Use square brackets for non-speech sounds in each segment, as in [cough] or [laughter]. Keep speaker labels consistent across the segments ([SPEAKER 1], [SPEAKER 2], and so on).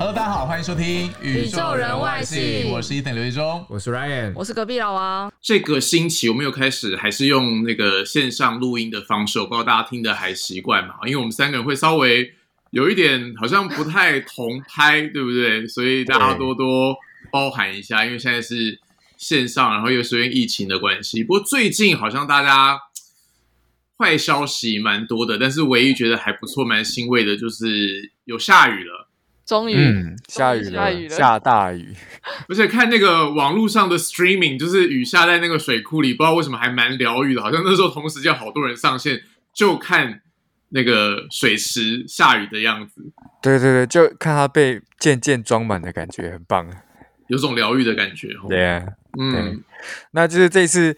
[SPEAKER 1] 迎收听《宇
[SPEAKER 2] 宙人外星
[SPEAKER 1] 我是伊藤刘一中。
[SPEAKER 3] 我是 Ryan，
[SPEAKER 2] 我是隔壁老王，
[SPEAKER 4] 这个星期我们又开始还是用那个线上录音的方式，我不知道大家听的还习惯吗？因为我们三个人会稍微有一点好像不太同拍，对不对？所以大家
[SPEAKER 3] 对
[SPEAKER 4] 多多包涵一下，因为现在是线上，然后又是因为疫情的关系。不过最近好像大家坏消息蛮多的，但是唯一觉得还不错、蛮欣慰的就是有下雨了。
[SPEAKER 2] 终于、
[SPEAKER 3] 嗯，
[SPEAKER 5] 下雨
[SPEAKER 2] 终于
[SPEAKER 5] 了，
[SPEAKER 2] 下雨了
[SPEAKER 5] 下大雨，
[SPEAKER 4] 而且看那个网络上的 streaming，就是雨下在那个水库里，不知道为什么还蛮疗愈的，好像那时候同时间好多人上线，就看那个水池下雨的样子，
[SPEAKER 5] 对对对，就看它被渐渐装满的感觉，很棒。
[SPEAKER 3] 哦
[SPEAKER 4] 有种疗愈的感觉。哦
[SPEAKER 5] 对啊，
[SPEAKER 4] 嗯，
[SPEAKER 5] 那就是这次，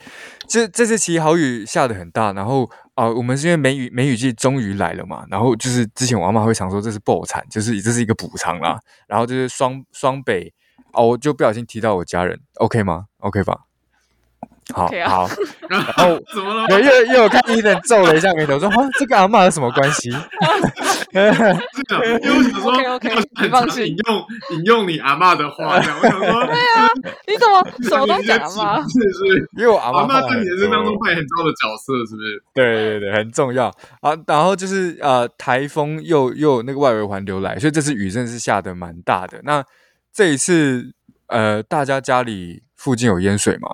[SPEAKER 5] 这这次其实好雨下的很大，然后啊、我们是因为梅雨梅雨季终于来了嘛，然后就是之前我阿妈会常说这是爆产，就是这是一个补偿啦，然后就是双双北哦，我就不小心提到我家人，OK 吗？OK 吧？好
[SPEAKER 2] OK 啊
[SPEAKER 5] 好，
[SPEAKER 4] 然
[SPEAKER 5] 然后
[SPEAKER 4] 后怎么了？
[SPEAKER 5] 有又又有看伊人皱了一下眉头，说：“哦，这跟阿嬷有什么关系？”
[SPEAKER 2] [laughs]
[SPEAKER 5] [laughs] 啊
[SPEAKER 4] 是这样因为我想说
[SPEAKER 2] OK，OK，
[SPEAKER 4] 你好像
[SPEAKER 2] 你
[SPEAKER 4] 很
[SPEAKER 2] 放
[SPEAKER 4] 常
[SPEAKER 2] 心
[SPEAKER 4] 引用引用你阿嬷的话，这样我想
[SPEAKER 2] [laughs]
[SPEAKER 4] 说，对啊，
[SPEAKER 2] 你怎么什么都啊
[SPEAKER 4] [laughs]
[SPEAKER 2] 讲了吗？
[SPEAKER 4] 是不是？
[SPEAKER 5] 因为我阿
[SPEAKER 4] 阿
[SPEAKER 5] 嬷
[SPEAKER 4] 嬷
[SPEAKER 5] 话
[SPEAKER 4] 在
[SPEAKER 5] 很
[SPEAKER 4] 你人生当
[SPEAKER 5] 多
[SPEAKER 4] 中扮演很重要的角色，是不是？
[SPEAKER 5] 对对对，很重要啊。然后就是呃，台风又又有那个外围环流来，所以这次雨真的是下的蛮大的。那这一次呃，大家家里附近有淹水吗？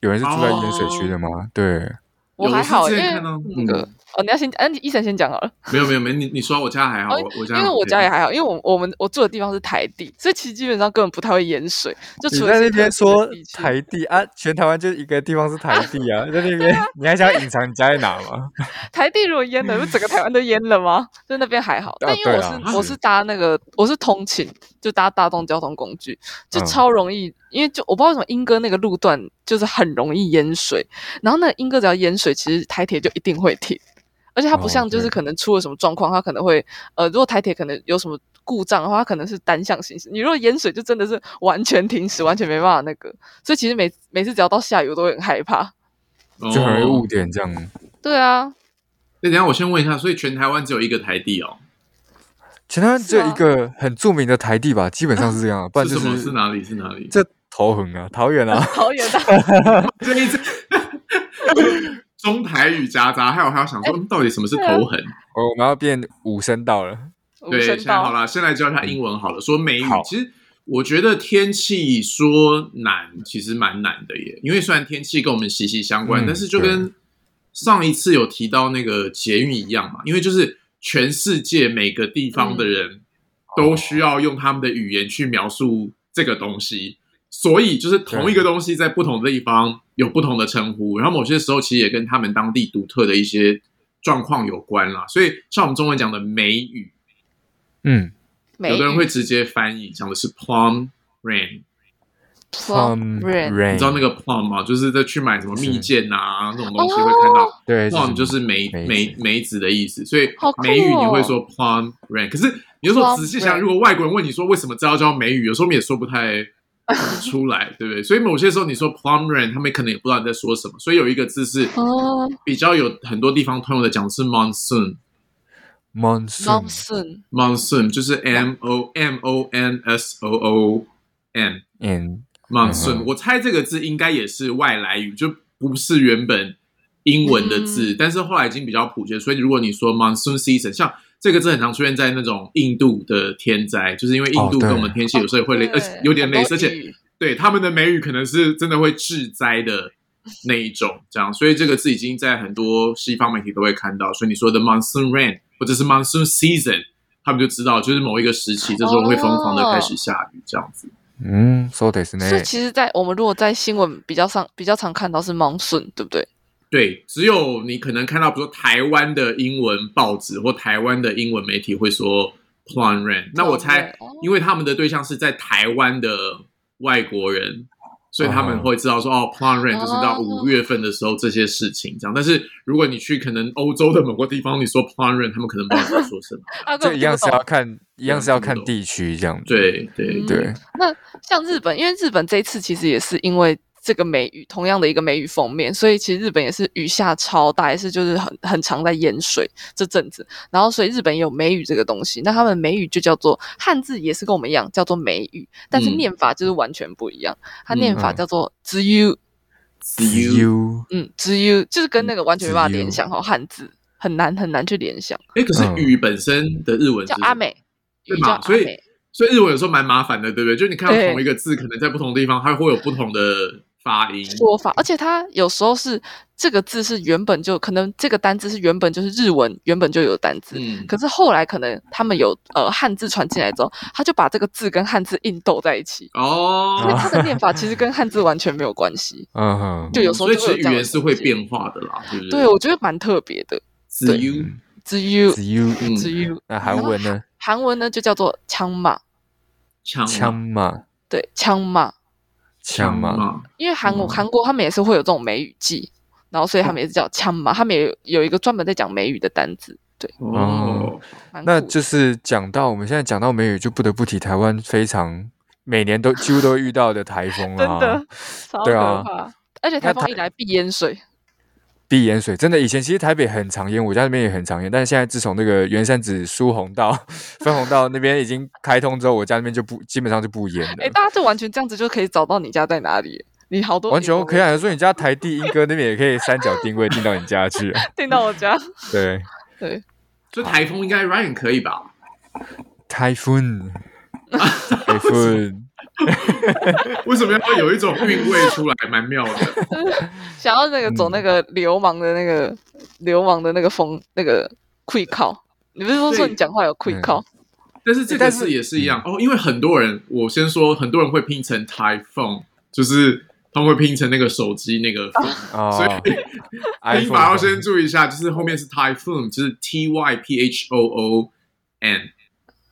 [SPEAKER 5] 有人是住在淹水区的吗？
[SPEAKER 4] 哦
[SPEAKER 5] 对，
[SPEAKER 2] 我
[SPEAKER 4] 有
[SPEAKER 2] 还好，
[SPEAKER 4] 是
[SPEAKER 2] 因
[SPEAKER 4] 之前
[SPEAKER 2] 为
[SPEAKER 4] 看到嗯
[SPEAKER 2] 那个、哦，你要先，哎、你医生先讲好了，
[SPEAKER 4] 没有没有没有，你你说我家还好，
[SPEAKER 2] 哦
[SPEAKER 4] 我我家
[SPEAKER 2] 因为我
[SPEAKER 4] 对
[SPEAKER 2] 家也还好，因为我我们我住的地方是台地，所以其实基本上根本不太会淹水，就
[SPEAKER 5] 你
[SPEAKER 2] 除了
[SPEAKER 5] 在
[SPEAKER 2] 是
[SPEAKER 5] 那边
[SPEAKER 2] 特
[SPEAKER 5] 说
[SPEAKER 2] 定的地区
[SPEAKER 5] 台地啊，全台湾就一个地方是台地
[SPEAKER 2] [laughs]
[SPEAKER 5] 啊，在那边你还想隐藏你家在哪吗？
[SPEAKER 2] 台地如果淹
[SPEAKER 5] [laughs]
[SPEAKER 2] 了，不是整个台湾都淹了吗？就那边还好，但因为我
[SPEAKER 5] 对
[SPEAKER 2] 是、
[SPEAKER 5] 啊
[SPEAKER 2] 我
[SPEAKER 5] 是
[SPEAKER 2] 是搭那个我是通勤，就搭大众交通工具，就
[SPEAKER 5] 嗯
[SPEAKER 2] 超容易，因为就我不知道为什么莺歌那个路段就是很容易淹水，然后那个莺歌只要淹水，其实台铁就一定会停。而且它不
[SPEAKER 5] 哦
[SPEAKER 2] 像就是
[SPEAKER 5] 对
[SPEAKER 2] 可能出了什么状况，它可能会呃，如果台铁可能有什么故障的话，它可能是单向行驶。你如果淹水，就真的是完全停驶，完全没办法那个。所以其实每每次只要到下雨，我都会很害怕。
[SPEAKER 5] 就很容易
[SPEAKER 4] 哦
[SPEAKER 5] 误点这样。
[SPEAKER 2] 对啊，
[SPEAKER 4] 哎那等一下我先问一下，所以全台湾只有一个台地哦？
[SPEAKER 5] 全台湾只有
[SPEAKER 2] 是
[SPEAKER 5] 一
[SPEAKER 2] 啊
[SPEAKER 5] 个很著名的台地吧，基本上是这样啊，不然就是
[SPEAKER 4] 什么？是哪里？是哪里？
[SPEAKER 5] 这头痕啊，桃园啊。
[SPEAKER 2] 好远
[SPEAKER 5] [laughs]
[SPEAKER 2] 大。
[SPEAKER 4] 这一次 [laughs] 中台语夹杂，还有还有想说，嗯到底什么是头痕？
[SPEAKER 5] 哦，我们要变武声道了。
[SPEAKER 2] 无
[SPEAKER 4] 对，
[SPEAKER 2] 声
[SPEAKER 4] 现在
[SPEAKER 2] 道
[SPEAKER 4] 好啦，先来教一下英文好了，说美语
[SPEAKER 5] 好。
[SPEAKER 4] 其实我觉得天气说难，其实蛮难的耶，因为虽然天气跟我们息息相关，
[SPEAKER 5] 嗯
[SPEAKER 4] 但是就跟上一次有提到那个捷运一样嘛，因为就是全世界每个地方
[SPEAKER 2] 嗯
[SPEAKER 4] 的人都需要用他们的语言去描述这个东西。所以就是同一个东西在不同的地方有不同的称呼，然后某些时候其实也跟他们当地独特的一些状况有关啦。所以像我们中文讲的梅雨，
[SPEAKER 5] 嗯
[SPEAKER 2] 美
[SPEAKER 4] 有的人
[SPEAKER 2] 语
[SPEAKER 4] 会直接翻译，讲的是 plum rain，
[SPEAKER 2] plum rain
[SPEAKER 5] rain，
[SPEAKER 4] 你知道那个 plum 吗？哎就是在去买什么蜜饯啊那种东西
[SPEAKER 2] 哦
[SPEAKER 4] 会看到
[SPEAKER 5] 对，
[SPEAKER 4] plum 就是梅
[SPEAKER 5] 梅
[SPEAKER 4] 梅
[SPEAKER 5] 子
[SPEAKER 4] 梅子的意思，所以
[SPEAKER 2] 好酷哦
[SPEAKER 4] 梅雨你会说 plum rain。可是你有时候
[SPEAKER 2] plum
[SPEAKER 4] 仔细想，
[SPEAKER 2] rain
[SPEAKER 4] 如果外国人问你说为什么这要叫梅雨，有时候我们也说不
[SPEAKER 2] [laughs]
[SPEAKER 4] 太出来，对不对？所以某些时候你说 plum rain，他们可能也不知道你在说什么。所以有一个字是
[SPEAKER 2] 哦
[SPEAKER 4] 比较有很多地方通用的，讲的是 monsoon。
[SPEAKER 5] monsoon，
[SPEAKER 2] ，monsoon
[SPEAKER 4] monsoon 就是 m o m o n s o o n。
[SPEAKER 5] 嗯
[SPEAKER 4] monsoon，、
[SPEAKER 5] 嗯
[SPEAKER 4] 我猜这个字应该也是外来语，就不是原本英文的字，但是后来已经比较普及。所以如果你说 monsoon season，像这个字很常出现在那种印度的天灾，就是因为印
[SPEAKER 5] 哦
[SPEAKER 4] 度
[SPEAKER 5] 对
[SPEAKER 4] 跟我们天气有时候也会
[SPEAKER 2] 哦
[SPEAKER 4] 类，而且有点类似，而且对他们的美语可能是真的会致灾的那一种，这样，所以这个字已经在很多西方媒体都会看到。所以你说的 monsoon rain 或者是 monsoon season，他们就知道就是某一个时期，这时候会疯狂的开始下雨，这样子。
[SPEAKER 5] 嗯，so this 呢
[SPEAKER 2] 所以其实，在我们如果在新闻比较上比较常看到是 monsoon，对不对？
[SPEAKER 4] 对，只有你可能看到，比如说台湾的英文报纸或台湾的英文媒体会说 plan rain。那我猜，
[SPEAKER 2] 哦
[SPEAKER 4] 因为他们的对象是在台湾的外国人，所以他们会知道说，哦 plan rain 就是到
[SPEAKER 2] 哦
[SPEAKER 4] 五月份的时候这些事情这样。但是如果你去可能欧洲的某个地方，你说 plan rain，他们可能不知道你在说什么。
[SPEAKER 2] 啊根
[SPEAKER 5] 就
[SPEAKER 2] 本
[SPEAKER 5] 一
[SPEAKER 2] 听
[SPEAKER 5] 样
[SPEAKER 2] 不
[SPEAKER 5] 是要
[SPEAKER 2] 懂。
[SPEAKER 5] 看，一样是要看地区这样子。
[SPEAKER 4] 对对
[SPEAKER 2] 嗯
[SPEAKER 5] 对，
[SPEAKER 2] 像日本，因为日本这一次其实也是因为。这个梅雨同样的一个梅雨封面，所以其实日本也是雨下超大，也是就是很很常在淹水这阵子。然后所以日本也有梅雨这个东西，那他们梅雨就叫做汉字也是跟我们一样叫做梅雨，但是
[SPEAKER 4] 嗯
[SPEAKER 2] 念法就是完全不一样，它
[SPEAKER 4] 嗯
[SPEAKER 2] 念法
[SPEAKER 5] 嗯
[SPEAKER 2] 叫做 z u
[SPEAKER 5] 子
[SPEAKER 4] u
[SPEAKER 5] 悠
[SPEAKER 2] 嗯 z u 就是跟那个完全没办法
[SPEAKER 5] 子悠
[SPEAKER 2] 联想哦，汉字很难很难去联想，
[SPEAKER 4] 哎，可是雨本身的日文是
[SPEAKER 2] 叫阿美，
[SPEAKER 4] 呃对
[SPEAKER 2] 雨叫
[SPEAKER 4] 嘛？
[SPEAKER 2] 阿
[SPEAKER 4] 所以
[SPEAKER 2] 美。
[SPEAKER 4] 所以日文有时候蛮麻烦的，对不对？就是你看到
[SPEAKER 2] 对
[SPEAKER 4] 同一个字，可能在不同地方，它会有不同的发音。
[SPEAKER 2] 说法，而且它有时候是这个字是原本就可能这个单字是原本就是日文原本就有的单字，
[SPEAKER 4] 嗯，
[SPEAKER 2] 可是后来可能他们有呃汉字传进来之后，他就把这个字跟汉字硬斗在一起，所以
[SPEAKER 4] 哦，
[SPEAKER 2] 它的念法其实跟汉字完全没有关
[SPEAKER 5] [laughs]
[SPEAKER 2] 系。
[SPEAKER 5] 嗯
[SPEAKER 2] [laughs]
[SPEAKER 5] 哼，
[SPEAKER 2] 就有时候
[SPEAKER 4] 所以
[SPEAKER 2] 就
[SPEAKER 4] 其
[SPEAKER 2] 会
[SPEAKER 4] 实
[SPEAKER 2] 有这
[SPEAKER 4] 语
[SPEAKER 2] 样的
[SPEAKER 4] 言是会
[SPEAKER 2] 东西
[SPEAKER 4] 变化的啦，对不
[SPEAKER 2] 对，我觉得蛮特别的。
[SPEAKER 4] 子 u
[SPEAKER 2] 至于
[SPEAKER 5] 子悠。
[SPEAKER 4] 嗯
[SPEAKER 2] 至于
[SPEAKER 5] 那韩文呢？
[SPEAKER 2] 韩文呢，就叫做枪马，
[SPEAKER 4] 枪
[SPEAKER 5] 枪嘛，
[SPEAKER 2] 对，枪马，
[SPEAKER 5] 枪嘛，
[SPEAKER 4] 嘛，
[SPEAKER 2] 因为韩国
[SPEAKER 5] 嗯
[SPEAKER 2] 韩国他们也是会有这种梅雨季，然后所以他们也是叫枪
[SPEAKER 5] 嗯
[SPEAKER 2] 马，他们也有有一个专门在讲梅雨的单字，对，
[SPEAKER 4] 哦，
[SPEAKER 2] 蛮
[SPEAKER 5] 那
[SPEAKER 2] 酷的
[SPEAKER 5] 就是讲到我们现在讲到梅雨，就不得不提台湾非常每年都几乎都会遇到的台风啊啦、
[SPEAKER 2] [laughs] 真的超
[SPEAKER 5] 对
[SPEAKER 2] 可
[SPEAKER 5] 啊
[SPEAKER 2] 怕。而且台
[SPEAKER 5] 那
[SPEAKER 2] 风
[SPEAKER 5] 台
[SPEAKER 2] 一来必淹水，
[SPEAKER 5] 碧盐水真的，以前其实台北很常淹，我家那边也很常淹，但是现在自从那个圆山子疏洪道、分洪道那边已经开通之后，我家那边就不基本上就不淹了。
[SPEAKER 2] 哎、大家就完全这样子就可以找到你家在哪里，你好多
[SPEAKER 5] 完全
[SPEAKER 2] 你
[SPEAKER 5] OK 啊！说你家台地英哥那边也可以三角定位定到你家去，
[SPEAKER 2] 听到我家，
[SPEAKER 5] [laughs] 对，
[SPEAKER 2] 对，
[SPEAKER 4] 所以台风应该 Ryan 可以吧？ [laughs]
[SPEAKER 5] 台风，台风，
[SPEAKER 4] 为什么要有一种韵味出来，蛮妙
[SPEAKER 2] [laughs]
[SPEAKER 4] 的？
[SPEAKER 2] 想要那个走那个流氓的那个、流氓的那个风那个 quick call，你不是说
[SPEAKER 4] 对
[SPEAKER 2] 说你讲话有 quick
[SPEAKER 5] 嗯
[SPEAKER 2] call？、
[SPEAKER 4] 但是这个
[SPEAKER 5] 但是
[SPEAKER 4] 字也是一样哦，因为很多人，我先说，很多人会拼成 typhoon，就是他们会拼成那个手机那
[SPEAKER 2] [laughs]
[SPEAKER 4] 个哎所
[SPEAKER 5] 哦，
[SPEAKER 4] 拼法要
[SPEAKER 5] iPhone
[SPEAKER 4] 先注意一下，就是后面是 typhoon，就是 t y p h o o n，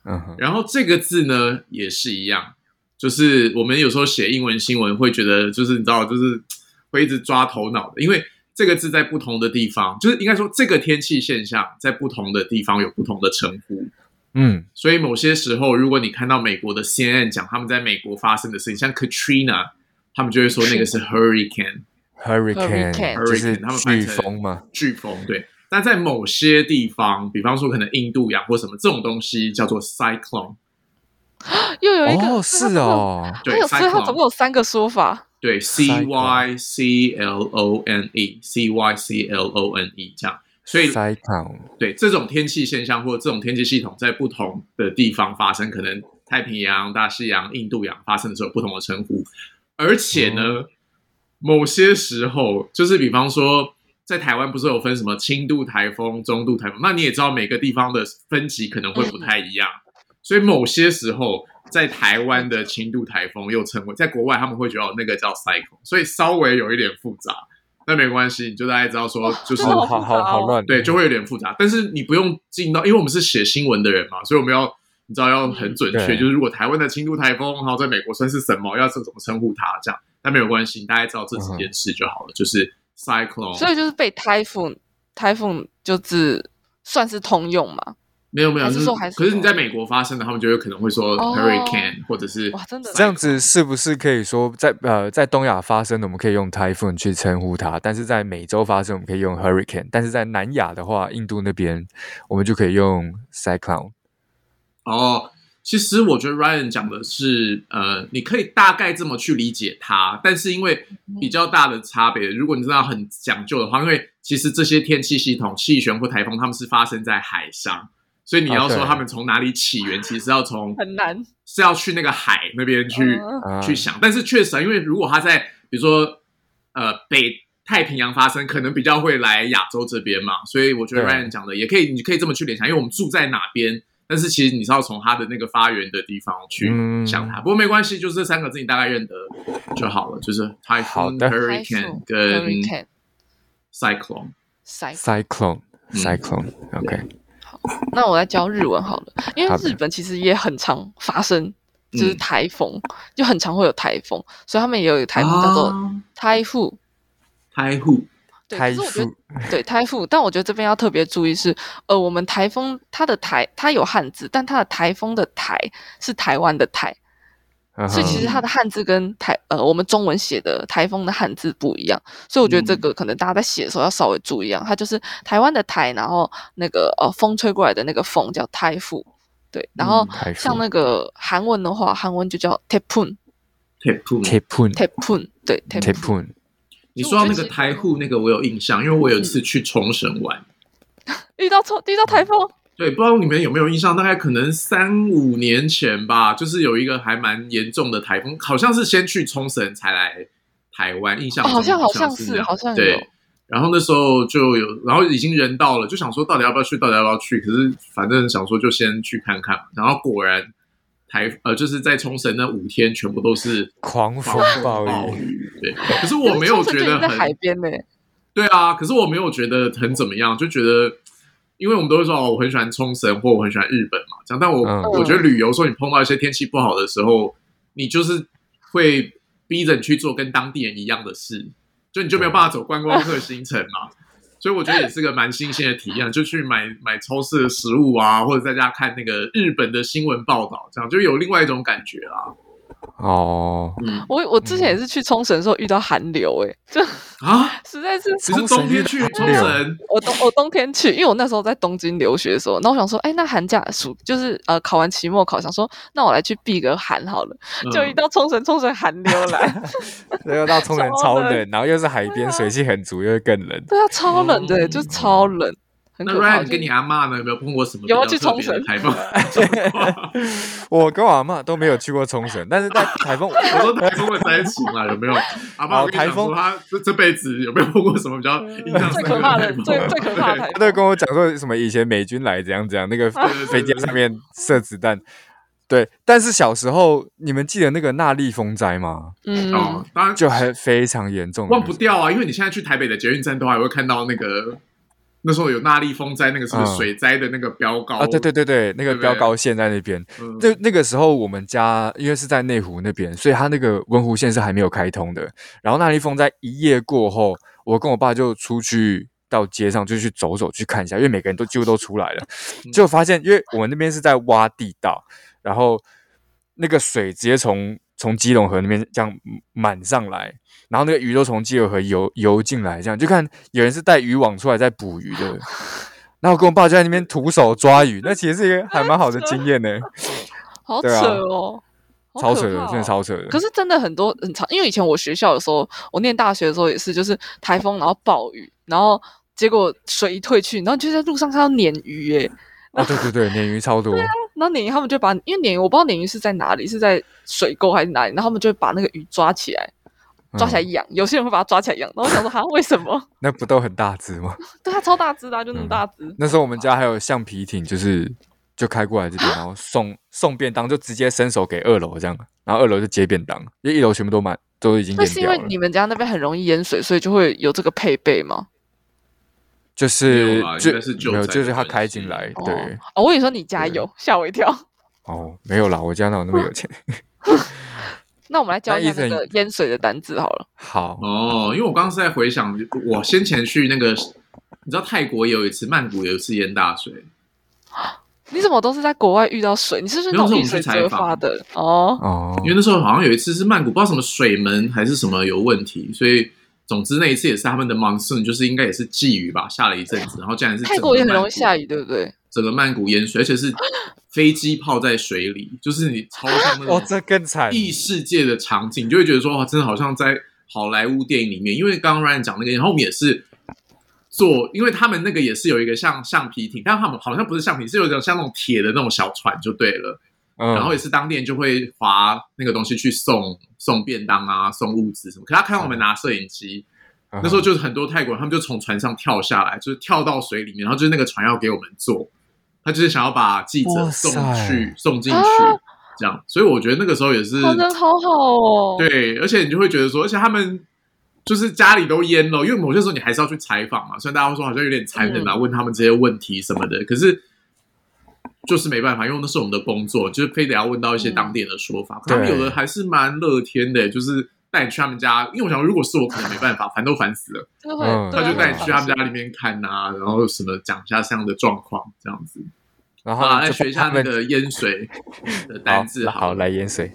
[SPEAKER 5] 嗯哼，
[SPEAKER 4] 然后这个字呢也是一样，就是我们有时候写英文新闻会觉得，就是你知道，就是会一直抓头脑的，因为这个字在不同的地方，就是应该说这个天气现象在不同的地方有不同的称呼。
[SPEAKER 5] 嗯，
[SPEAKER 4] 所以某些时候，如果你看到美国的 CNN 讲他们在美国发生的事情，像 Katrina，他们就会说那个是 hurricane
[SPEAKER 5] Hurricane
[SPEAKER 2] Hurricane
[SPEAKER 5] 就是
[SPEAKER 4] 他们翻
[SPEAKER 5] 飓
[SPEAKER 4] 成
[SPEAKER 5] 风嘛，
[SPEAKER 4] 飓风。对，但在某些地方，比方说可能印度洋或什么这种东西叫做 cyclone。
[SPEAKER 2] 又有一个
[SPEAKER 5] 哦，是，哦，
[SPEAKER 2] 它
[SPEAKER 4] 对
[SPEAKER 2] 有所以它总
[SPEAKER 4] ，cyclone，
[SPEAKER 2] 共有三个说法，
[SPEAKER 4] 对
[SPEAKER 5] cyclone
[SPEAKER 4] ，c y c l o n e，c y c l o n e 这样。所以
[SPEAKER 5] 塞港，
[SPEAKER 4] 对这种天气现象或者这种天气系统在不同的地方发生，可能太平洋、大西洋、印度洋发生的时候有不同的称呼，而且呢，某些时候就是比方说。在台湾不是有分什么轻度台风、中度台风？那你也知道每个地方的分级可能会不太一样，所以某些时候在台湾的轻度台风又称为，在国外他们会觉得哦那个叫 cyclone，所以稍微有一点复杂，但没关系，你就大概知道说就是
[SPEAKER 2] 真的
[SPEAKER 5] 哦，
[SPEAKER 2] 好
[SPEAKER 5] 好
[SPEAKER 2] 复杂哦
[SPEAKER 5] 好好乱，
[SPEAKER 4] 对，就会有点复杂。但是你不用进到，因为我们是写新闻的人嘛，所以我们要你知道要很准确，
[SPEAKER 5] 对
[SPEAKER 4] 就是如果台湾的轻度台风，然后在美国算是什么，要怎怎么称呼它这样，但没有关系，你大概知道这几件事就好了，就是 cyclone，
[SPEAKER 2] 所以就是被 typhoon typhoon 就是算是通用嘛。
[SPEAKER 4] 没有没有，
[SPEAKER 2] 还是
[SPEAKER 4] 就是
[SPEAKER 2] 说还是
[SPEAKER 4] 可是你在美国发生的，他们就有可能会说
[SPEAKER 2] 哦
[SPEAKER 4] hurricane、或者是
[SPEAKER 2] 哇，真的
[SPEAKER 5] 这样子是不是可以说在呃在东亚发生的，我们可以用 typhoon 去称呼它，但是在美洲发生，我们可以用 hurricane，但是在南亚的话，印度那边我们就可以用 cyclone。
[SPEAKER 4] 哦，其实我觉得 Ryan 讲的是，呃，你可以大概这么去理解它，但是因为
[SPEAKER 2] 嗯
[SPEAKER 4] 比较大的差别，如果你真的要很讲究的话，因为其实这些天气系统、气旋或台风，它们是发生在海上，所以你
[SPEAKER 5] 啊
[SPEAKER 4] 要说
[SPEAKER 5] 对
[SPEAKER 4] 它们从哪里起源，其实要从
[SPEAKER 2] 很难
[SPEAKER 4] 是要去那个海那边去、
[SPEAKER 2] 嗯
[SPEAKER 5] 啊
[SPEAKER 4] 去想，但是确实啊，因为如果它在比如说呃北太平洋发生，可能比较会来亚洲这边嘛，所以我觉得
[SPEAKER 5] 对
[SPEAKER 4] Ryan 讲的也可以，你可以这么去联想，因为我们住在哪边，但是其实你是要从它的那个发源的地方去
[SPEAKER 5] 嗯
[SPEAKER 4] 想它。不过没关系，就是这三个字你大概认得就好了，就是
[SPEAKER 5] 好
[SPEAKER 4] typhoon、
[SPEAKER 5] 的
[SPEAKER 4] hurricane
[SPEAKER 2] Typhoon
[SPEAKER 4] 跟
[SPEAKER 2] hurricane
[SPEAKER 4] cyclone。
[SPEAKER 2] cyclone。
[SPEAKER 5] cyclone
[SPEAKER 4] 嗯
[SPEAKER 5] cyclone、OK
[SPEAKER 2] 那我来教日文好了，因为
[SPEAKER 5] 好的
[SPEAKER 2] 日本其实也很常发生，就是
[SPEAKER 4] 嗯
[SPEAKER 2] 台风，就很常会有台风，所以他们也有一个台风叫
[SPEAKER 5] 啊
[SPEAKER 2] 做
[SPEAKER 4] 啊
[SPEAKER 2] 台风。
[SPEAKER 4] 台户
[SPEAKER 2] 对，可
[SPEAKER 5] 台
[SPEAKER 2] 是我觉
[SPEAKER 5] 风
[SPEAKER 2] 得对台风，但我觉得这边要特别注意是，呃，我们台风它的台它有汉字，但它的台风的台是台湾的台，
[SPEAKER 5] 嗯
[SPEAKER 2] 所以其实
[SPEAKER 5] 哼
[SPEAKER 2] 它的汉字跟台呃我们中文写的台风的汉字不一样，所以我觉得
[SPEAKER 4] 嗯
[SPEAKER 2] 这个可能大家在写的时候要稍微注意啊。它就是台湾的台，然后那个呃风吹过来的那个风叫台风，对。然
[SPEAKER 4] 嗯
[SPEAKER 2] 后
[SPEAKER 5] 台风
[SPEAKER 2] 像那个韩文的话，韩文就叫 t e p u n
[SPEAKER 4] 嗯铁铺，
[SPEAKER 5] Tepun
[SPEAKER 2] t e p u n 对 t e p u n
[SPEAKER 5] Tepun，
[SPEAKER 4] 你说到那个台户那个，我有印象，因为我有一次去冲绳玩，
[SPEAKER 2] 遇到错遇到台风，
[SPEAKER 4] 对，不知道你们有没有印象？大概可能三五年前吧，就是有一个还蛮严重的台风，好像是先去冲绳才来台湾，印象
[SPEAKER 2] 哦
[SPEAKER 4] 中
[SPEAKER 2] 好像好像
[SPEAKER 4] 嗯是
[SPEAKER 2] 是
[SPEAKER 4] 那样
[SPEAKER 2] 好像有
[SPEAKER 4] 对。然后那时候就有，然后已经人到了，就想说到底要不要去，到底要不要去？可是反正想说就先去看看。然后果然台呃就是在冲绳那五天全部都是
[SPEAKER 5] 狂风暴雨，
[SPEAKER 4] 雨，对。可是我没有
[SPEAKER 2] 可是
[SPEAKER 4] 觉得
[SPEAKER 2] 冲绳就已经在
[SPEAKER 4] 很
[SPEAKER 2] 海边呢、
[SPEAKER 4] 对啊，可是我没有觉得很怎么样，就觉得，因为我们都会说哦，我很喜欢冲绳或我很喜欢日本嘛，这样。但我、
[SPEAKER 5] 嗯
[SPEAKER 4] 我觉得旅游的时候，你碰到一些天气不好的时候，你就是会逼着你去做跟当地人一样的事，就你就没有办法走观光客行程嘛。所以我觉得也是个蛮新鲜的体验，就去买买超市的食物啊，或者在家看那个日本的新闻报道，这样就有另外一种感觉啦。
[SPEAKER 5] 哦，
[SPEAKER 4] 嗯
[SPEAKER 2] 我我之前也是去冲绳的时候遇到寒流、欸，这
[SPEAKER 4] 啊，
[SPEAKER 2] 实在是
[SPEAKER 4] 只是
[SPEAKER 5] 冲绳啊
[SPEAKER 4] 冬天
[SPEAKER 5] 遇
[SPEAKER 4] 去
[SPEAKER 5] 到
[SPEAKER 4] 冲
[SPEAKER 5] [laughs] 寒流
[SPEAKER 4] 绳，
[SPEAKER 2] 我冬我冬天去，因为我那时候在东京留学的时候，然后我想说，哎，那寒假暑就是呃考完期末考，想说那我来去避个寒好了，就一
[SPEAKER 4] 嗯
[SPEAKER 2] 到冲绳，冲绳寒流来，
[SPEAKER 4] [laughs]
[SPEAKER 5] 那个到冲绳超
[SPEAKER 2] 超冷
[SPEAKER 5] 冷，然后又是海边，
[SPEAKER 2] 啊
[SPEAKER 5] 水汽很足，又会更冷。
[SPEAKER 2] 对啊，超冷的，就超冷，很
[SPEAKER 4] 嗯那
[SPEAKER 2] 可怕。
[SPEAKER 4] Ryan 跟你阿嬷呢，有没有碰过什么比
[SPEAKER 2] 有
[SPEAKER 4] 较
[SPEAKER 2] 啊去
[SPEAKER 4] 特
[SPEAKER 2] 冲
[SPEAKER 4] 别
[SPEAKER 2] 绳
[SPEAKER 4] 的
[SPEAKER 2] [laughs]
[SPEAKER 4] 台风？
[SPEAKER 5] 我跟我阿妈都没有去过冲绳，但是在
[SPEAKER 2] [laughs]
[SPEAKER 5] 台风，
[SPEAKER 4] 我说台风的灾情啊，有没有？阿嬷，
[SPEAKER 5] 哦
[SPEAKER 4] 我跟你讲
[SPEAKER 5] 台风
[SPEAKER 4] 说，他这这辈子有没有碰过什么比较
[SPEAKER 5] 嗯
[SPEAKER 4] 印象
[SPEAKER 2] 嗯最
[SPEAKER 4] 深
[SPEAKER 2] 可
[SPEAKER 4] 刻
[SPEAKER 2] 怕
[SPEAKER 4] 台
[SPEAKER 2] 的
[SPEAKER 4] 风？
[SPEAKER 2] 最最可怕的台风
[SPEAKER 5] 他都跟我讲说什么以前美军来怎样怎样，那个
[SPEAKER 4] 对
[SPEAKER 5] [laughs] 飞机啊上面射子弹。对，但是小时候你们记得那个纳利风灾吗？
[SPEAKER 2] 嗯，
[SPEAKER 4] 哦，当然
[SPEAKER 5] 就还非常严重的那
[SPEAKER 4] 忘
[SPEAKER 5] 种，
[SPEAKER 4] 不掉啊，因为你现在去台北的捷运站都还会看到那个那时候有纳利风灾，那个是不是
[SPEAKER 5] 嗯
[SPEAKER 4] 水灾的那个标高
[SPEAKER 5] 啊！对对，对对，那个
[SPEAKER 4] 对不对
[SPEAKER 5] 标高线在那边。
[SPEAKER 4] 嗯
[SPEAKER 5] 就那个时候，我们家因为是在内湖那边，所以它那个文湖线是还没有开通的。然后那利风在一夜过后，我跟我爸就出去到街上，就去走走去看一下，因为每个人都几乎都出来了， [laughs] 结果发现，因为我们那边是在挖地道，然后那个水直接从从基隆河那边这样满上来，然后那个鱼都从基隆河游游进来，这样就看有人是带渔网出来在捕鱼的。 [laughs] 然后我跟我爸就在那边徒手抓鱼，那其实是一个还蛮好的经验呢、
[SPEAKER 2] 好扯
[SPEAKER 5] 对啊
[SPEAKER 2] 哦，好
[SPEAKER 5] 超
[SPEAKER 2] 可
[SPEAKER 5] 扯的，
[SPEAKER 2] 怕
[SPEAKER 5] 真的
[SPEAKER 2] 哦
[SPEAKER 5] 超扯的。
[SPEAKER 2] 可是真的很多很长，因为以前我学校的时候，我念大学的时候也是，就是台风，然后暴雨，然后结果水一退去，然后就在路上看到鲶鱼、欸，
[SPEAKER 5] 哦，对对对，鲶鱼
[SPEAKER 2] [laughs]
[SPEAKER 5] 超多，
[SPEAKER 2] 然后鲶鱼他们就把，因为鲶鱼我不知道鲶鱼是在哪里，是在水沟还是哪里，然后他们就会把那个鱼抓起来，抓起来
[SPEAKER 5] 嗯
[SPEAKER 2] 养。有些人会把它抓起来养，然后我
[SPEAKER 4] [laughs]
[SPEAKER 2] 想说，哈，为什么？
[SPEAKER 5] 那不都很大只吗？ [laughs]
[SPEAKER 2] 对，它超大只的啊、就
[SPEAKER 4] 嗯
[SPEAKER 2] 那么大只。
[SPEAKER 5] 那时候我们家还有橡皮艇，就是就开过来这
[SPEAKER 2] 啊
[SPEAKER 5] 边，然后送送便当，就直接伸手给二楼这样，然后二楼就接便当，因为一楼全部都满，都已经
[SPEAKER 2] 那
[SPEAKER 5] 淹
[SPEAKER 2] 是因
[SPEAKER 5] 掉
[SPEAKER 2] 为
[SPEAKER 5] 了。
[SPEAKER 2] 你们家那边很容易淹水，所以就会有这个配备吗？
[SPEAKER 5] 就是
[SPEAKER 4] 没有吧应
[SPEAKER 5] 就
[SPEAKER 4] 该是救
[SPEAKER 5] 没有，
[SPEAKER 4] 灾
[SPEAKER 5] 就是
[SPEAKER 4] 的
[SPEAKER 5] 他
[SPEAKER 4] 关
[SPEAKER 5] 开
[SPEAKER 4] 系
[SPEAKER 5] 进来，
[SPEAKER 2] 哦
[SPEAKER 5] 对，
[SPEAKER 2] 哦，我跟你说，你家有，吓我一跳。
[SPEAKER 5] 哦，没有啦，我家哪有那么
[SPEAKER 2] 哦
[SPEAKER 5] 有钱？
[SPEAKER 2] 那我们来教一下
[SPEAKER 5] 那
[SPEAKER 2] 那
[SPEAKER 5] Ethan-
[SPEAKER 2] 个淹水的单字好了。
[SPEAKER 5] 好，
[SPEAKER 4] 哦，因为我刚刚是在回想，我先前去那个，你知道泰国也有一次，曼谷也有一次淹大水，
[SPEAKER 2] 你怎么都是在国外遇到水？你是不是那
[SPEAKER 4] 没
[SPEAKER 2] 种
[SPEAKER 4] 有
[SPEAKER 2] 遇
[SPEAKER 4] 是我
[SPEAKER 2] 水
[SPEAKER 4] 们去采
[SPEAKER 2] 折发的？哦，
[SPEAKER 5] 哦，
[SPEAKER 4] 因为那时候好像有一次是曼谷，不知道什么水门还是什么有问题，所以总之那一次也是他们的 monsoon，就是应该也是季雨吧，下了一阵子，然后竟然是
[SPEAKER 2] 泰国也很容易
[SPEAKER 4] 雨，
[SPEAKER 2] 下雨，对不对？
[SPEAKER 4] 整个曼谷淹水，而且是飞机泡在水里，就是你超像那
[SPEAKER 5] 哦，
[SPEAKER 4] 种
[SPEAKER 5] 这更惨，
[SPEAKER 4] 异世界的场景，你就会觉得说哇，真的好像在好莱坞电影里面。因为刚刚 Ryan 讲那个，然后我们也是。做，因为他们那个也是有一个像橡皮艇，但他们好像不是橡皮，是有一种像那种铁的那种小船就对了。
[SPEAKER 5] 嗯，
[SPEAKER 4] 然后也是当地人就会划那个东西去送送便当啊，送物资什么。可他看到我们拿摄影机，
[SPEAKER 5] 嗯
[SPEAKER 4] 那时候就是很多泰国人，他们就从船上跳下来，就是跳到水里面，然后就是那个船要给我们做，他就是想要把记者
[SPEAKER 5] 哇塞
[SPEAKER 4] 送去送进去、
[SPEAKER 2] 啊
[SPEAKER 4] 这样。所以我觉得那个时候也是
[SPEAKER 2] 哦，人好好哦。
[SPEAKER 4] 对，而且你就会觉得说，而且他们就是家里都淹了，因为某些时候你还是要去采访嘛。虽然大家会说好像有点残忍啊，
[SPEAKER 2] 嗯
[SPEAKER 4] 问他们这些问题什么的，可是就是没办法，因为那是我们的工作，就是非得要问到
[SPEAKER 2] 嗯
[SPEAKER 4] 一些当地人的说法。可他们
[SPEAKER 5] 对
[SPEAKER 4] 有的还是蛮乐天的，就是。带你去他们家，因为我想，如果是我，可能没办法，烦都烦死了。
[SPEAKER 2] 就会
[SPEAKER 5] 嗯
[SPEAKER 2] 对啊
[SPEAKER 4] 他就
[SPEAKER 2] 会
[SPEAKER 4] 带
[SPEAKER 2] 很
[SPEAKER 4] 你去他们
[SPEAKER 2] 伤
[SPEAKER 4] 家里面看啊，然后什么讲一下这样的状况，这样子。
[SPEAKER 5] 然后
[SPEAKER 4] 好，
[SPEAKER 5] 他
[SPEAKER 4] 来
[SPEAKER 5] 们就
[SPEAKER 4] 学一下
[SPEAKER 5] 把
[SPEAKER 4] 那
[SPEAKER 5] 他们
[SPEAKER 4] 个淹水的单字
[SPEAKER 5] 好
[SPEAKER 4] 好
[SPEAKER 5] 好
[SPEAKER 4] 了，
[SPEAKER 5] 来淹水，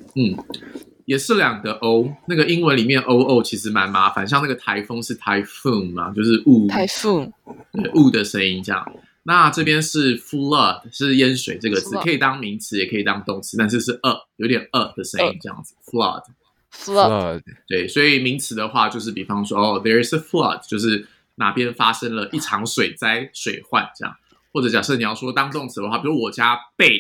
[SPEAKER 4] 也是两个 o，那个英文里面 o o 其实蛮麻烦，像那个台风是 typhoon 嘛，就是雾
[SPEAKER 2] 台风
[SPEAKER 4] 对雾的声音这样。那这边是 flood，是淹水这个词，
[SPEAKER 2] flood
[SPEAKER 4] 可以当名词也可以当动词，但是是呃，有点呃的声音这样子，flood。啊
[SPEAKER 2] flood，
[SPEAKER 5] Flood
[SPEAKER 4] 对，所以名词的话，就是比方说，哦，there is a flood，就是哪边发生了一场水灾、水患这样。或者假设你要说当动词的话，比如我家被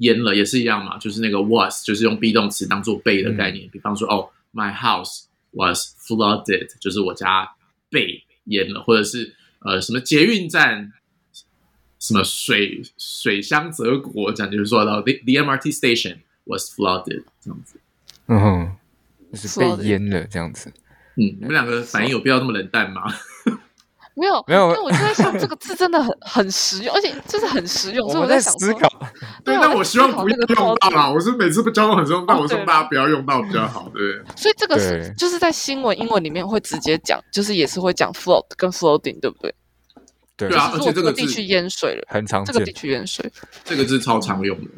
[SPEAKER 4] 淹了，也是一样嘛，就是那个 was，就是用 be 动词当做被的概念。比方说，哦，my house was flooded，就是我家被淹了，或者是呃什么捷运站。什么水水乡泽国这样，就是说到 the the MRT station was flooded 这样子。
[SPEAKER 5] 嗯哼，就是被
[SPEAKER 2] Flood
[SPEAKER 5] 淹了这样子。
[SPEAKER 4] 嗯，你们两个反应有必要那么冷淡吗？
[SPEAKER 2] 没有
[SPEAKER 5] 没有
[SPEAKER 2] 但我就在想这个字真的很很实用，而且就是很实用，所以
[SPEAKER 5] 们
[SPEAKER 2] 在
[SPEAKER 5] 在
[SPEAKER 2] 想
[SPEAKER 5] 思
[SPEAKER 2] 说
[SPEAKER 5] 考，
[SPEAKER 2] [laughs] 对啊
[SPEAKER 4] 但
[SPEAKER 2] 我
[SPEAKER 4] 我
[SPEAKER 2] 在
[SPEAKER 4] 希望
[SPEAKER 2] 思考
[SPEAKER 4] 不要
[SPEAKER 2] 那个
[SPEAKER 4] 用
[SPEAKER 2] 操
[SPEAKER 4] 到啦。我是每次不交往很重，但
[SPEAKER 2] 哦
[SPEAKER 4] 我说
[SPEAKER 2] 对
[SPEAKER 4] 大
[SPEAKER 2] 啦
[SPEAKER 4] 家不要用到比较好，对不对？
[SPEAKER 2] 所以这个是
[SPEAKER 5] 对
[SPEAKER 2] 就是在新闻英文里面会直接讲，就是也是会讲 float 跟 floating，对不对？
[SPEAKER 5] 对
[SPEAKER 4] 对啊
[SPEAKER 2] 就是
[SPEAKER 4] 而且
[SPEAKER 2] 说
[SPEAKER 4] 这
[SPEAKER 2] 这
[SPEAKER 4] 个
[SPEAKER 2] 个地
[SPEAKER 4] 字
[SPEAKER 2] 区淹水了，
[SPEAKER 5] 很常
[SPEAKER 2] 这个
[SPEAKER 5] 见
[SPEAKER 2] 地。区淹水，
[SPEAKER 4] 这个字超常用的，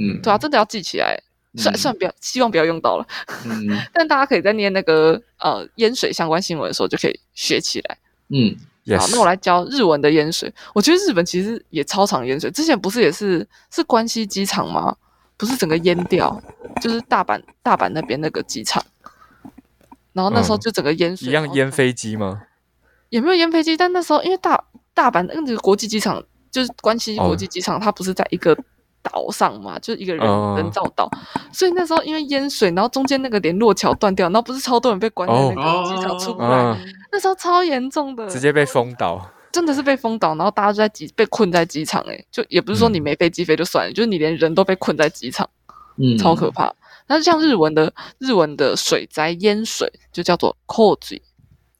[SPEAKER 4] 嗯，
[SPEAKER 2] 对啊，真的要记起来。算
[SPEAKER 4] 嗯
[SPEAKER 2] 算不要，希望不要用到了。
[SPEAKER 4] 嗯
[SPEAKER 2] 但大家可以在念那个呃淹水相关新闻的时候就可以学起来。
[SPEAKER 4] 嗯，
[SPEAKER 2] 好，
[SPEAKER 5] Yes，
[SPEAKER 2] 啊那我来教日文的淹水。我觉得日本其实也超常淹水，之前不是也是是关西机场吗？不是整个淹掉，就是大阪大阪那边那个机场，然后那时候
[SPEAKER 5] 嗯
[SPEAKER 2] 就整个淹水，
[SPEAKER 5] 一
[SPEAKER 2] 然
[SPEAKER 5] 样
[SPEAKER 2] 后
[SPEAKER 5] 淹飞机吗？
[SPEAKER 2] 也没有淹飞机，但那时候因为大大阪那个国际机场就是关西国际机场，它不是在一个岛上嘛，就是一个人、
[SPEAKER 5] 哦
[SPEAKER 2] 人造岛，所以那时候因为淹水，然后中间那个连络桥断掉，然后不是超多人被关在那
[SPEAKER 4] 哦
[SPEAKER 2] 个机场出不来，
[SPEAKER 5] 啊，
[SPEAKER 2] 那时候超严重的，
[SPEAKER 5] 直接被封岛。
[SPEAKER 2] 真的是被封岛，然后大家就在机被困在机场、欸，就也不是说你
[SPEAKER 5] 嗯
[SPEAKER 2] 没飞机飞就算了，就是你连人都被困在机场，
[SPEAKER 4] 嗯
[SPEAKER 2] 超可怕。那像日文的日文的水灾淹水就叫做扣嘴，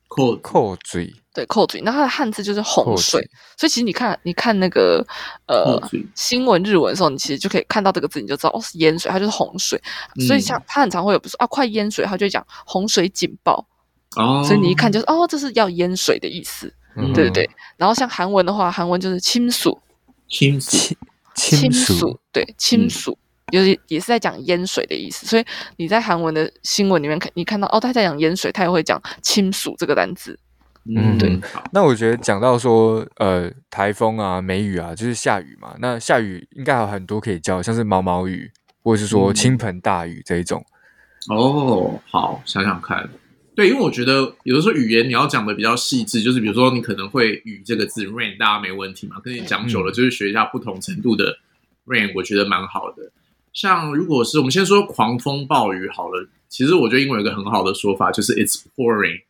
[SPEAKER 4] cold，
[SPEAKER 5] 扣嘴，
[SPEAKER 2] 对扣嘴，那它的汉字就是洪
[SPEAKER 5] 扣
[SPEAKER 2] 水
[SPEAKER 5] 嘴，
[SPEAKER 2] 所以其实你看，你看那个呃
[SPEAKER 4] 洪水
[SPEAKER 2] 新闻日文的时候，你其实就可以看到这个字，你就知道哦是淹水，它就是洪水。
[SPEAKER 5] 嗯
[SPEAKER 2] 所以像它很常会有，比如说啊快淹水，它就会讲洪水警报，
[SPEAKER 4] 哦，
[SPEAKER 2] 所以你一看就是哦这是要淹水的意思，
[SPEAKER 5] 嗯
[SPEAKER 2] 对不对？然后像韩文的话，韩文就是亲属，
[SPEAKER 4] 清楚，
[SPEAKER 5] 亲亲
[SPEAKER 2] 属
[SPEAKER 5] 属，
[SPEAKER 2] 对
[SPEAKER 5] 嗯
[SPEAKER 2] 亲属。就是也是在讲淹水的意思，所以你在韩文的新闻里面看，你看到哦，他在讲淹水，他也会讲亲属这个单字，
[SPEAKER 4] 嗯，
[SPEAKER 5] 对
[SPEAKER 4] 好，
[SPEAKER 5] 那我觉得讲到说，呃，台风啊、梅雨啊，就是下雨嘛。那下雨应该还有很多可以叫，像是毛毛雨，或者是说
[SPEAKER 4] 嗯
[SPEAKER 5] 倾盆大雨这一种。
[SPEAKER 4] 哦，好，想想看。对，因为我觉得有的时候语言你要讲的比较细致，就是比如说你可能会“雨”这个字 “rain”，大家没问题嘛。可是你讲久了，就是学一下不同程度的 “rain”，我觉得蛮好的。像如果是我们先说狂风暴雨好了，其实我觉得英文有一个很好的说法，就是 “it's pouring”。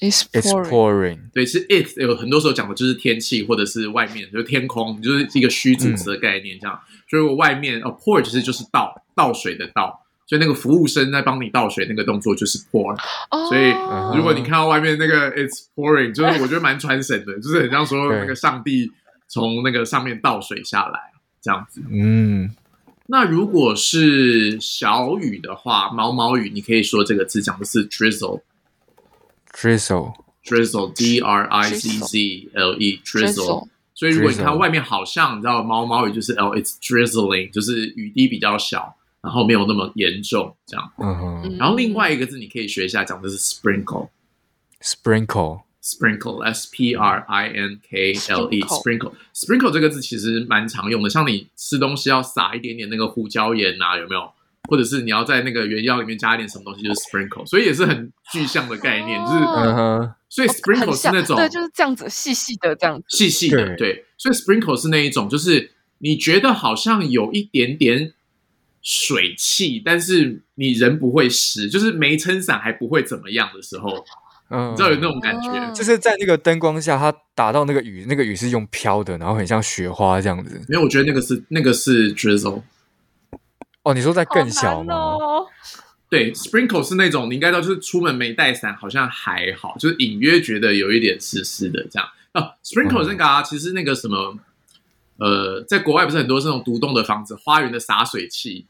[SPEAKER 2] is
[SPEAKER 5] It's
[SPEAKER 2] pouring，
[SPEAKER 5] pouring，
[SPEAKER 4] 对，是 it 有很多时候讲的就是天气或者是外面，就是天空，就是一个虚主词的概念这样。所以我外面哦，pour 其实就是倒倒水的倒，所以那个服务生在帮你倒水那个动作就是 pour。
[SPEAKER 2] 哦
[SPEAKER 4] 所以
[SPEAKER 5] 嗯
[SPEAKER 4] 如果你看到外面那个 it's pouring，就是我觉得蛮传神
[SPEAKER 5] [laughs]
[SPEAKER 4] 的，就是很像说
[SPEAKER 5] 对
[SPEAKER 4] 那个上帝从那个上面倒水下来这样子。
[SPEAKER 5] 嗯，
[SPEAKER 4] 那如果是小雨的话，毛毛雨，你可以说这个字讲的是 drizzle。
[SPEAKER 5] drizzle，
[SPEAKER 4] drizzle d r i z z l e drizzle
[SPEAKER 2] Drizzle。
[SPEAKER 4] 所以如果你看
[SPEAKER 5] Drizzle
[SPEAKER 4] 外面好像你知道毛毛雨就是 l it's drizzling，就是雨滴比较小，然后没有那么严重这样。
[SPEAKER 5] 嗯哼
[SPEAKER 2] 嗯
[SPEAKER 4] 然后另外一个字你可以学一下，讲的是 sprinkle，sprinkle
[SPEAKER 5] ，sprinkle，
[SPEAKER 4] s p r i n k l e sprinkle
[SPEAKER 2] Sprinkle
[SPEAKER 4] sprinkle 这个字其实蛮常用的，像你吃东西要撒一点点那个胡椒盐啊，有没有？或者是你要在那个原料里面加一点什么东西，就是 sprinkle，所以也是很具象的概念，就是
[SPEAKER 2] 哦
[SPEAKER 5] 嗯哼，
[SPEAKER 4] 所以
[SPEAKER 2] 很
[SPEAKER 4] sprinkle 是
[SPEAKER 2] 像，
[SPEAKER 4] 那种
[SPEAKER 2] 对，就是这样子细细的这样子，
[SPEAKER 4] 细细的，
[SPEAKER 5] 对
[SPEAKER 4] 对。所以 sprinkle 是那一种，就是你觉得好像有一点点水汽，但是你人不会湿，就是没撑伞还不会怎么样的时候，
[SPEAKER 5] 嗯，
[SPEAKER 4] 你知道有那种感觉。
[SPEAKER 2] 哦
[SPEAKER 5] 就是在那个灯光下，它打到那个雨，那个雨是用飘的，然后很像雪花这样子。
[SPEAKER 4] 没有，我觉得那个是那个是 drizzle。
[SPEAKER 5] 哦，你说在更小
[SPEAKER 2] 好
[SPEAKER 5] 吗？
[SPEAKER 2] 难哦
[SPEAKER 4] 对，sprinkle 是那种你应该知道，就是出门没带伞好像还好，就是隐约觉得有一点湿湿的这样。啊，sprinkle
[SPEAKER 5] 嗯
[SPEAKER 4] 那个啊，其实那个什么，呃，在国外不是很多这种独栋的房子，花园的洒水器，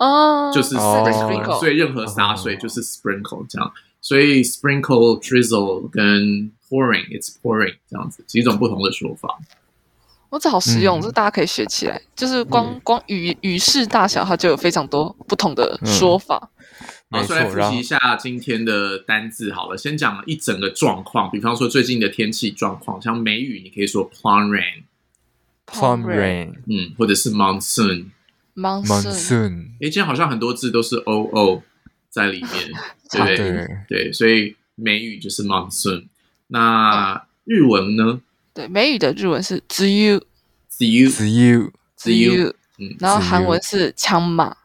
[SPEAKER 2] 哦，
[SPEAKER 4] 就是
[SPEAKER 5] 哦
[SPEAKER 4] sprinkle，、
[SPEAKER 2] sprinkle
[SPEAKER 4] 所以任何洒水就是 sprinkle 这样，所以 sprinkle drizzle 跟 pouring it's pouring 这样子几种不同的说法。
[SPEAKER 2] 我哦这好实用，
[SPEAKER 5] 嗯
[SPEAKER 2] 这大家可以学起来。就是光光语语势大小，它就有非常多不同的
[SPEAKER 5] 嗯
[SPEAKER 2] 说法。
[SPEAKER 5] 没
[SPEAKER 4] 然后
[SPEAKER 5] 错
[SPEAKER 4] 再来，复
[SPEAKER 5] 然后
[SPEAKER 4] 习一下今天的单字好了，先讲一整个状况，比方说最近的天气状况，像梅雨，你可以说 plum rain，
[SPEAKER 5] plum
[SPEAKER 2] rain
[SPEAKER 5] rain
[SPEAKER 4] 嗯，或者是 monsoon。
[SPEAKER 2] monsoon
[SPEAKER 5] monsoon，
[SPEAKER 4] 诶，今天好像很多字都是 o o 在里面，对
[SPEAKER 5] 啊
[SPEAKER 4] 不对？
[SPEAKER 5] 对，
[SPEAKER 4] 对，所以梅雨就是 monsoon。那日文呢
[SPEAKER 2] 对美语的日文是 z i u
[SPEAKER 4] ？z u
[SPEAKER 5] 只有
[SPEAKER 2] z i u
[SPEAKER 4] 嗯，
[SPEAKER 2] 然后
[SPEAKER 5] ziyu
[SPEAKER 2] 韩文是枪马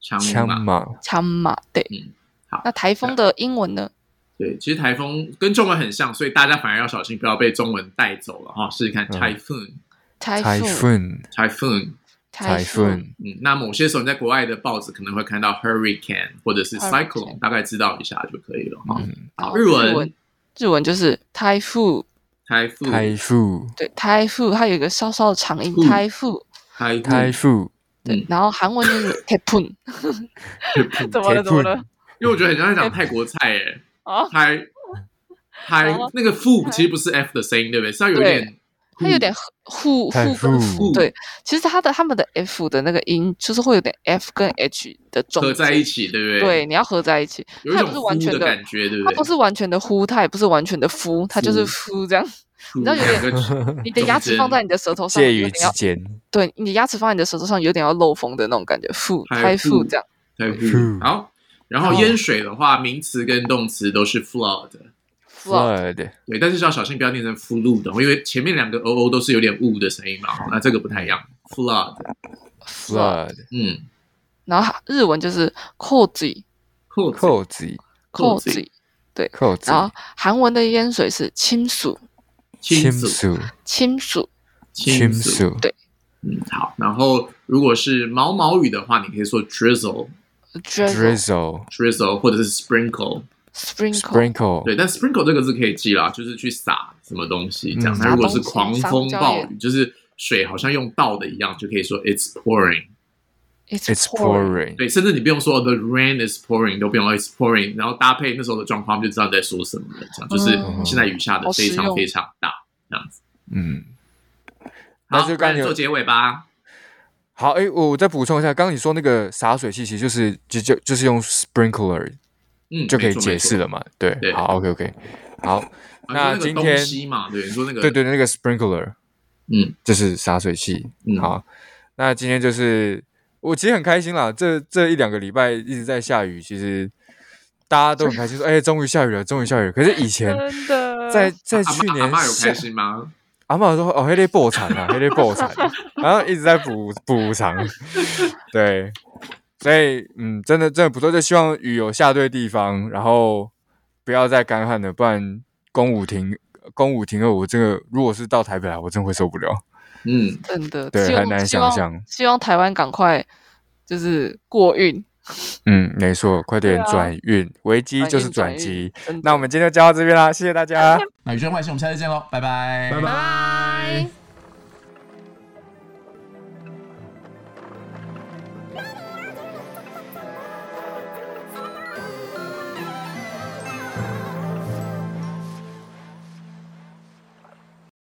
[SPEAKER 4] 枪
[SPEAKER 5] 枪
[SPEAKER 4] 嘛，
[SPEAKER 5] 马
[SPEAKER 2] 枪马对
[SPEAKER 4] 嗯好。
[SPEAKER 2] 那台风的英文呢？
[SPEAKER 4] 对，其实台风跟中文很像，所以大家反而要小心，不要被中文带走了哈。试试看
[SPEAKER 5] 嗯
[SPEAKER 4] typhoon，typhoon、
[SPEAKER 5] typhoon
[SPEAKER 4] typhoon，
[SPEAKER 5] typhoon
[SPEAKER 4] 嗯，那某些时候你在国外的报纸可能会看到 hurricane 或者是
[SPEAKER 2] Hurricane
[SPEAKER 4] cyclone，大概知道一下就可以了哈。
[SPEAKER 5] 嗯
[SPEAKER 2] 好
[SPEAKER 4] 日文
[SPEAKER 2] 文日文就是台风，
[SPEAKER 4] typhoon，
[SPEAKER 5] typhoon
[SPEAKER 2] 对台风，它有一个稍稍的长音
[SPEAKER 4] 嗯
[SPEAKER 2] 台风。
[SPEAKER 4] typhoon， [laughs]
[SPEAKER 5] typhoon
[SPEAKER 2] 对
[SPEAKER 4] 嗯，
[SPEAKER 2] 然后韩文就是 t e p u n 怎么了？怎么了？
[SPEAKER 4] 因为我觉得很像在
[SPEAKER 2] 哎
[SPEAKER 4] 讲泰国菜耶，
[SPEAKER 2] 啊，
[SPEAKER 4] 泰泰
[SPEAKER 2] 哦
[SPEAKER 4] 那个 f 其实不是 f 的声音，对不对？是要有点，
[SPEAKER 2] 它有点互互
[SPEAKER 5] 太
[SPEAKER 2] 跟
[SPEAKER 5] 复
[SPEAKER 2] 互，对，其实它的他们的 F 的那个音，就是会有点 F 跟 H 的中
[SPEAKER 4] 合在
[SPEAKER 2] 间
[SPEAKER 4] 一，起，对不
[SPEAKER 2] 对，？你要合在一起，
[SPEAKER 4] 有一
[SPEAKER 2] 它也
[SPEAKER 4] 种
[SPEAKER 2] 不是
[SPEAKER 4] 呼
[SPEAKER 2] 完全
[SPEAKER 4] 的感觉，对不
[SPEAKER 2] 它
[SPEAKER 4] 对？
[SPEAKER 2] 不是完全的呼，它也不是完全的呼，它就是呼这样。
[SPEAKER 4] 你
[SPEAKER 2] 知道有点你的牙
[SPEAKER 4] 中
[SPEAKER 2] 齿
[SPEAKER 4] 间
[SPEAKER 2] 放在你的舌头上，
[SPEAKER 5] 介
[SPEAKER 2] 有
[SPEAKER 5] 于
[SPEAKER 2] 点
[SPEAKER 5] 之
[SPEAKER 2] 要 [laughs]
[SPEAKER 5] 间
[SPEAKER 2] 对，你的牙齿放在你的舌头上，有点要漏风的那种感觉，腹
[SPEAKER 4] 还有
[SPEAKER 2] 胎腹
[SPEAKER 4] 腹
[SPEAKER 2] 这样。
[SPEAKER 4] typhoon。
[SPEAKER 5] Typhoon
[SPEAKER 4] 好，然后淹水的话，名词跟动词都是 flood，
[SPEAKER 2] flood
[SPEAKER 5] flood
[SPEAKER 4] 对，但是要小心不要念成 flood，哦因为前面两个 o o 都是有点雾的声音嘛，那这个不太一样。flood，
[SPEAKER 5] flood
[SPEAKER 4] 嗯
[SPEAKER 2] 啊然后日文就是扣子
[SPEAKER 4] ，cold，
[SPEAKER 5] 扣子
[SPEAKER 2] 扣
[SPEAKER 4] 扣
[SPEAKER 2] 子
[SPEAKER 4] 子，
[SPEAKER 5] 扣子
[SPEAKER 2] 然后韩文的淹水是清暑
[SPEAKER 4] 清楚，
[SPEAKER 5] 楚
[SPEAKER 2] 清暑，
[SPEAKER 4] 清
[SPEAKER 5] 清
[SPEAKER 4] 楚。
[SPEAKER 5] 楚
[SPEAKER 2] 对
[SPEAKER 4] 嗯，好。然后如果是毛毛雨的话，你可以说 drizzle，drizzle
[SPEAKER 2] drizzle
[SPEAKER 5] drizzle
[SPEAKER 4] 或者是
[SPEAKER 5] 哦
[SPEAKER 4] sprinkle，
[SPEAKER 2] sprinkle
[SPEAKER 5] sprinkle
[SPEAKER 4] 对，但 sprinkle 这个字可以记啦，就是去撒什么东西这样。
[SPEAKER 5] 嗯
[SPEAKER 4] 那、如果是
[SPEAKER 2] 撒东西
[SPEAKER 4] 狂
[SPEAKER 2] 撒
[SPEAKER 4] 风
[SPEAKER 2] 椒
[SPEAKER 4] 暴
[SPEAKER 2] 盐
[SPEAKER 4] 雨，就是水好像用倒的一样，就可以说 it's pouring。
[SPEAKER 5] it's
[SPEAKER 2] it's pouring。
[SPEAKER 5] pouring
[SPEAKER 4] 对，甚至你不用说 the rain is pouring，都不用 it's pouring，然后搭配那时候的状况，就知道你在说什么了。这样就是
[SPEAKER 2] 嗯
[SPEAKER 4] 现在雨下的
[SPEAKER 2] 好
[SPEAKER 4] 非
[SPEAKER 2] 实
[SPEAKER 4] 常
[SPEAKER 2] 用
[SPEAKER 4] 非常大，这样子。
[SPEAKER 5] 嗯。那
[SPEAKER 4] 好，
[SPEAKER 5] 就
[SPEAKER 4] 不然
[SPEAKER 5] 刚才
[SPEAKER 4] 做结尾吧。
[SPEAKER 5] 好，哎，我我再补充一下，刚刚你说那个洒水器，其实就是就就就是用 sprinkler
[SPEAKER 4] 嗯，
[SPEAKER 5] 就可以
[SPEAKER 4] 没错
[SPEAKER 5] 解
[SPEAKER 4] 没
[SPEAKER 5] 释。
[SPEAKER 4] 错
[SPEAKER 5] 了嘛。对
[SPEAKER 4] 对，
[SPEAKER 5] 好，OK OK，好，
[SPEAKER 4] 啊
[SPEAKER 5] 那
[SPEAKER 4] 就
[SPEAKER 5] 今
[SPEAKER 4] 那个
[SPEAKER 5] 天
[SPEAKER 4] 东西嘛，对，你说那个
[SPEAKER 5] 对，对，那个 sprinkler，
[SPEAKER 4] 嗯，
[SPEAKER 5] 就是洒水器。
[SPEAKER 4] 嗯
[SPEAKER 5] 好，那今天就是我其实很开心啦，这这一两个礼拜一直在下雨，其实大家都很开心说，哎、终于下雨了，终于下雨了。可是以前
[SPEAKER 2] 真的
[SPEAKER 5] 在在
[SPEAKER 4] 阿
[SPEAKER 5] 去
[SPEAKER 4] 嬷阿
[SPEAKER 5] 年
[SPEAKER 4] 妈有
[SPEAKER 5] 夏
[SPEAKER 4] 开心吗？
[SPEAKER 5] 阿妈说哦，黑类破产
[SPEAKER 2] [laughs]
[SPEAKER 5] 啊，黑类破产，然后一直在补补偿，对，所以嗯，真的真的不错，就希望雨有下对地方，然后不要再干旱了，不然公五停公五停二，我这个如果是到台北来，我真的会受不了。
[SPEAKER 4] 嗯，
[SPEAKER 2] 真的，
[SPEAKER 5] 对
[SPEAKER 2] 希望
[SPEAKER 5] 很难
[SPEAKER 2] 希望
[SPEAKER 5] 想象
[SPEAKER 2] 希望台湾赶快就是过运，
[SPEAKER 5] 嗯，没错，快点
[SPEAKER 2] 对啊
[SPEAKER 5] 转运，危机就是
[SPEAKER 2] 转
[SPEAKER 5] 转
[SPEAKER 2] 运
[SPEAKER 5] 机。。
[SPEAKER 2] 转运真的
[SPEAKER 5] 那我们今天就教到这边啦，谢谢大家。
[SPEAKER 1] 那宇宙外星，我们下次见喽，拜拜，
[SPEAKER 4] 拜
[SPEAKER 1] 拜
[SPEAKER 4] 拜。
[SPEAKER 2] 拜。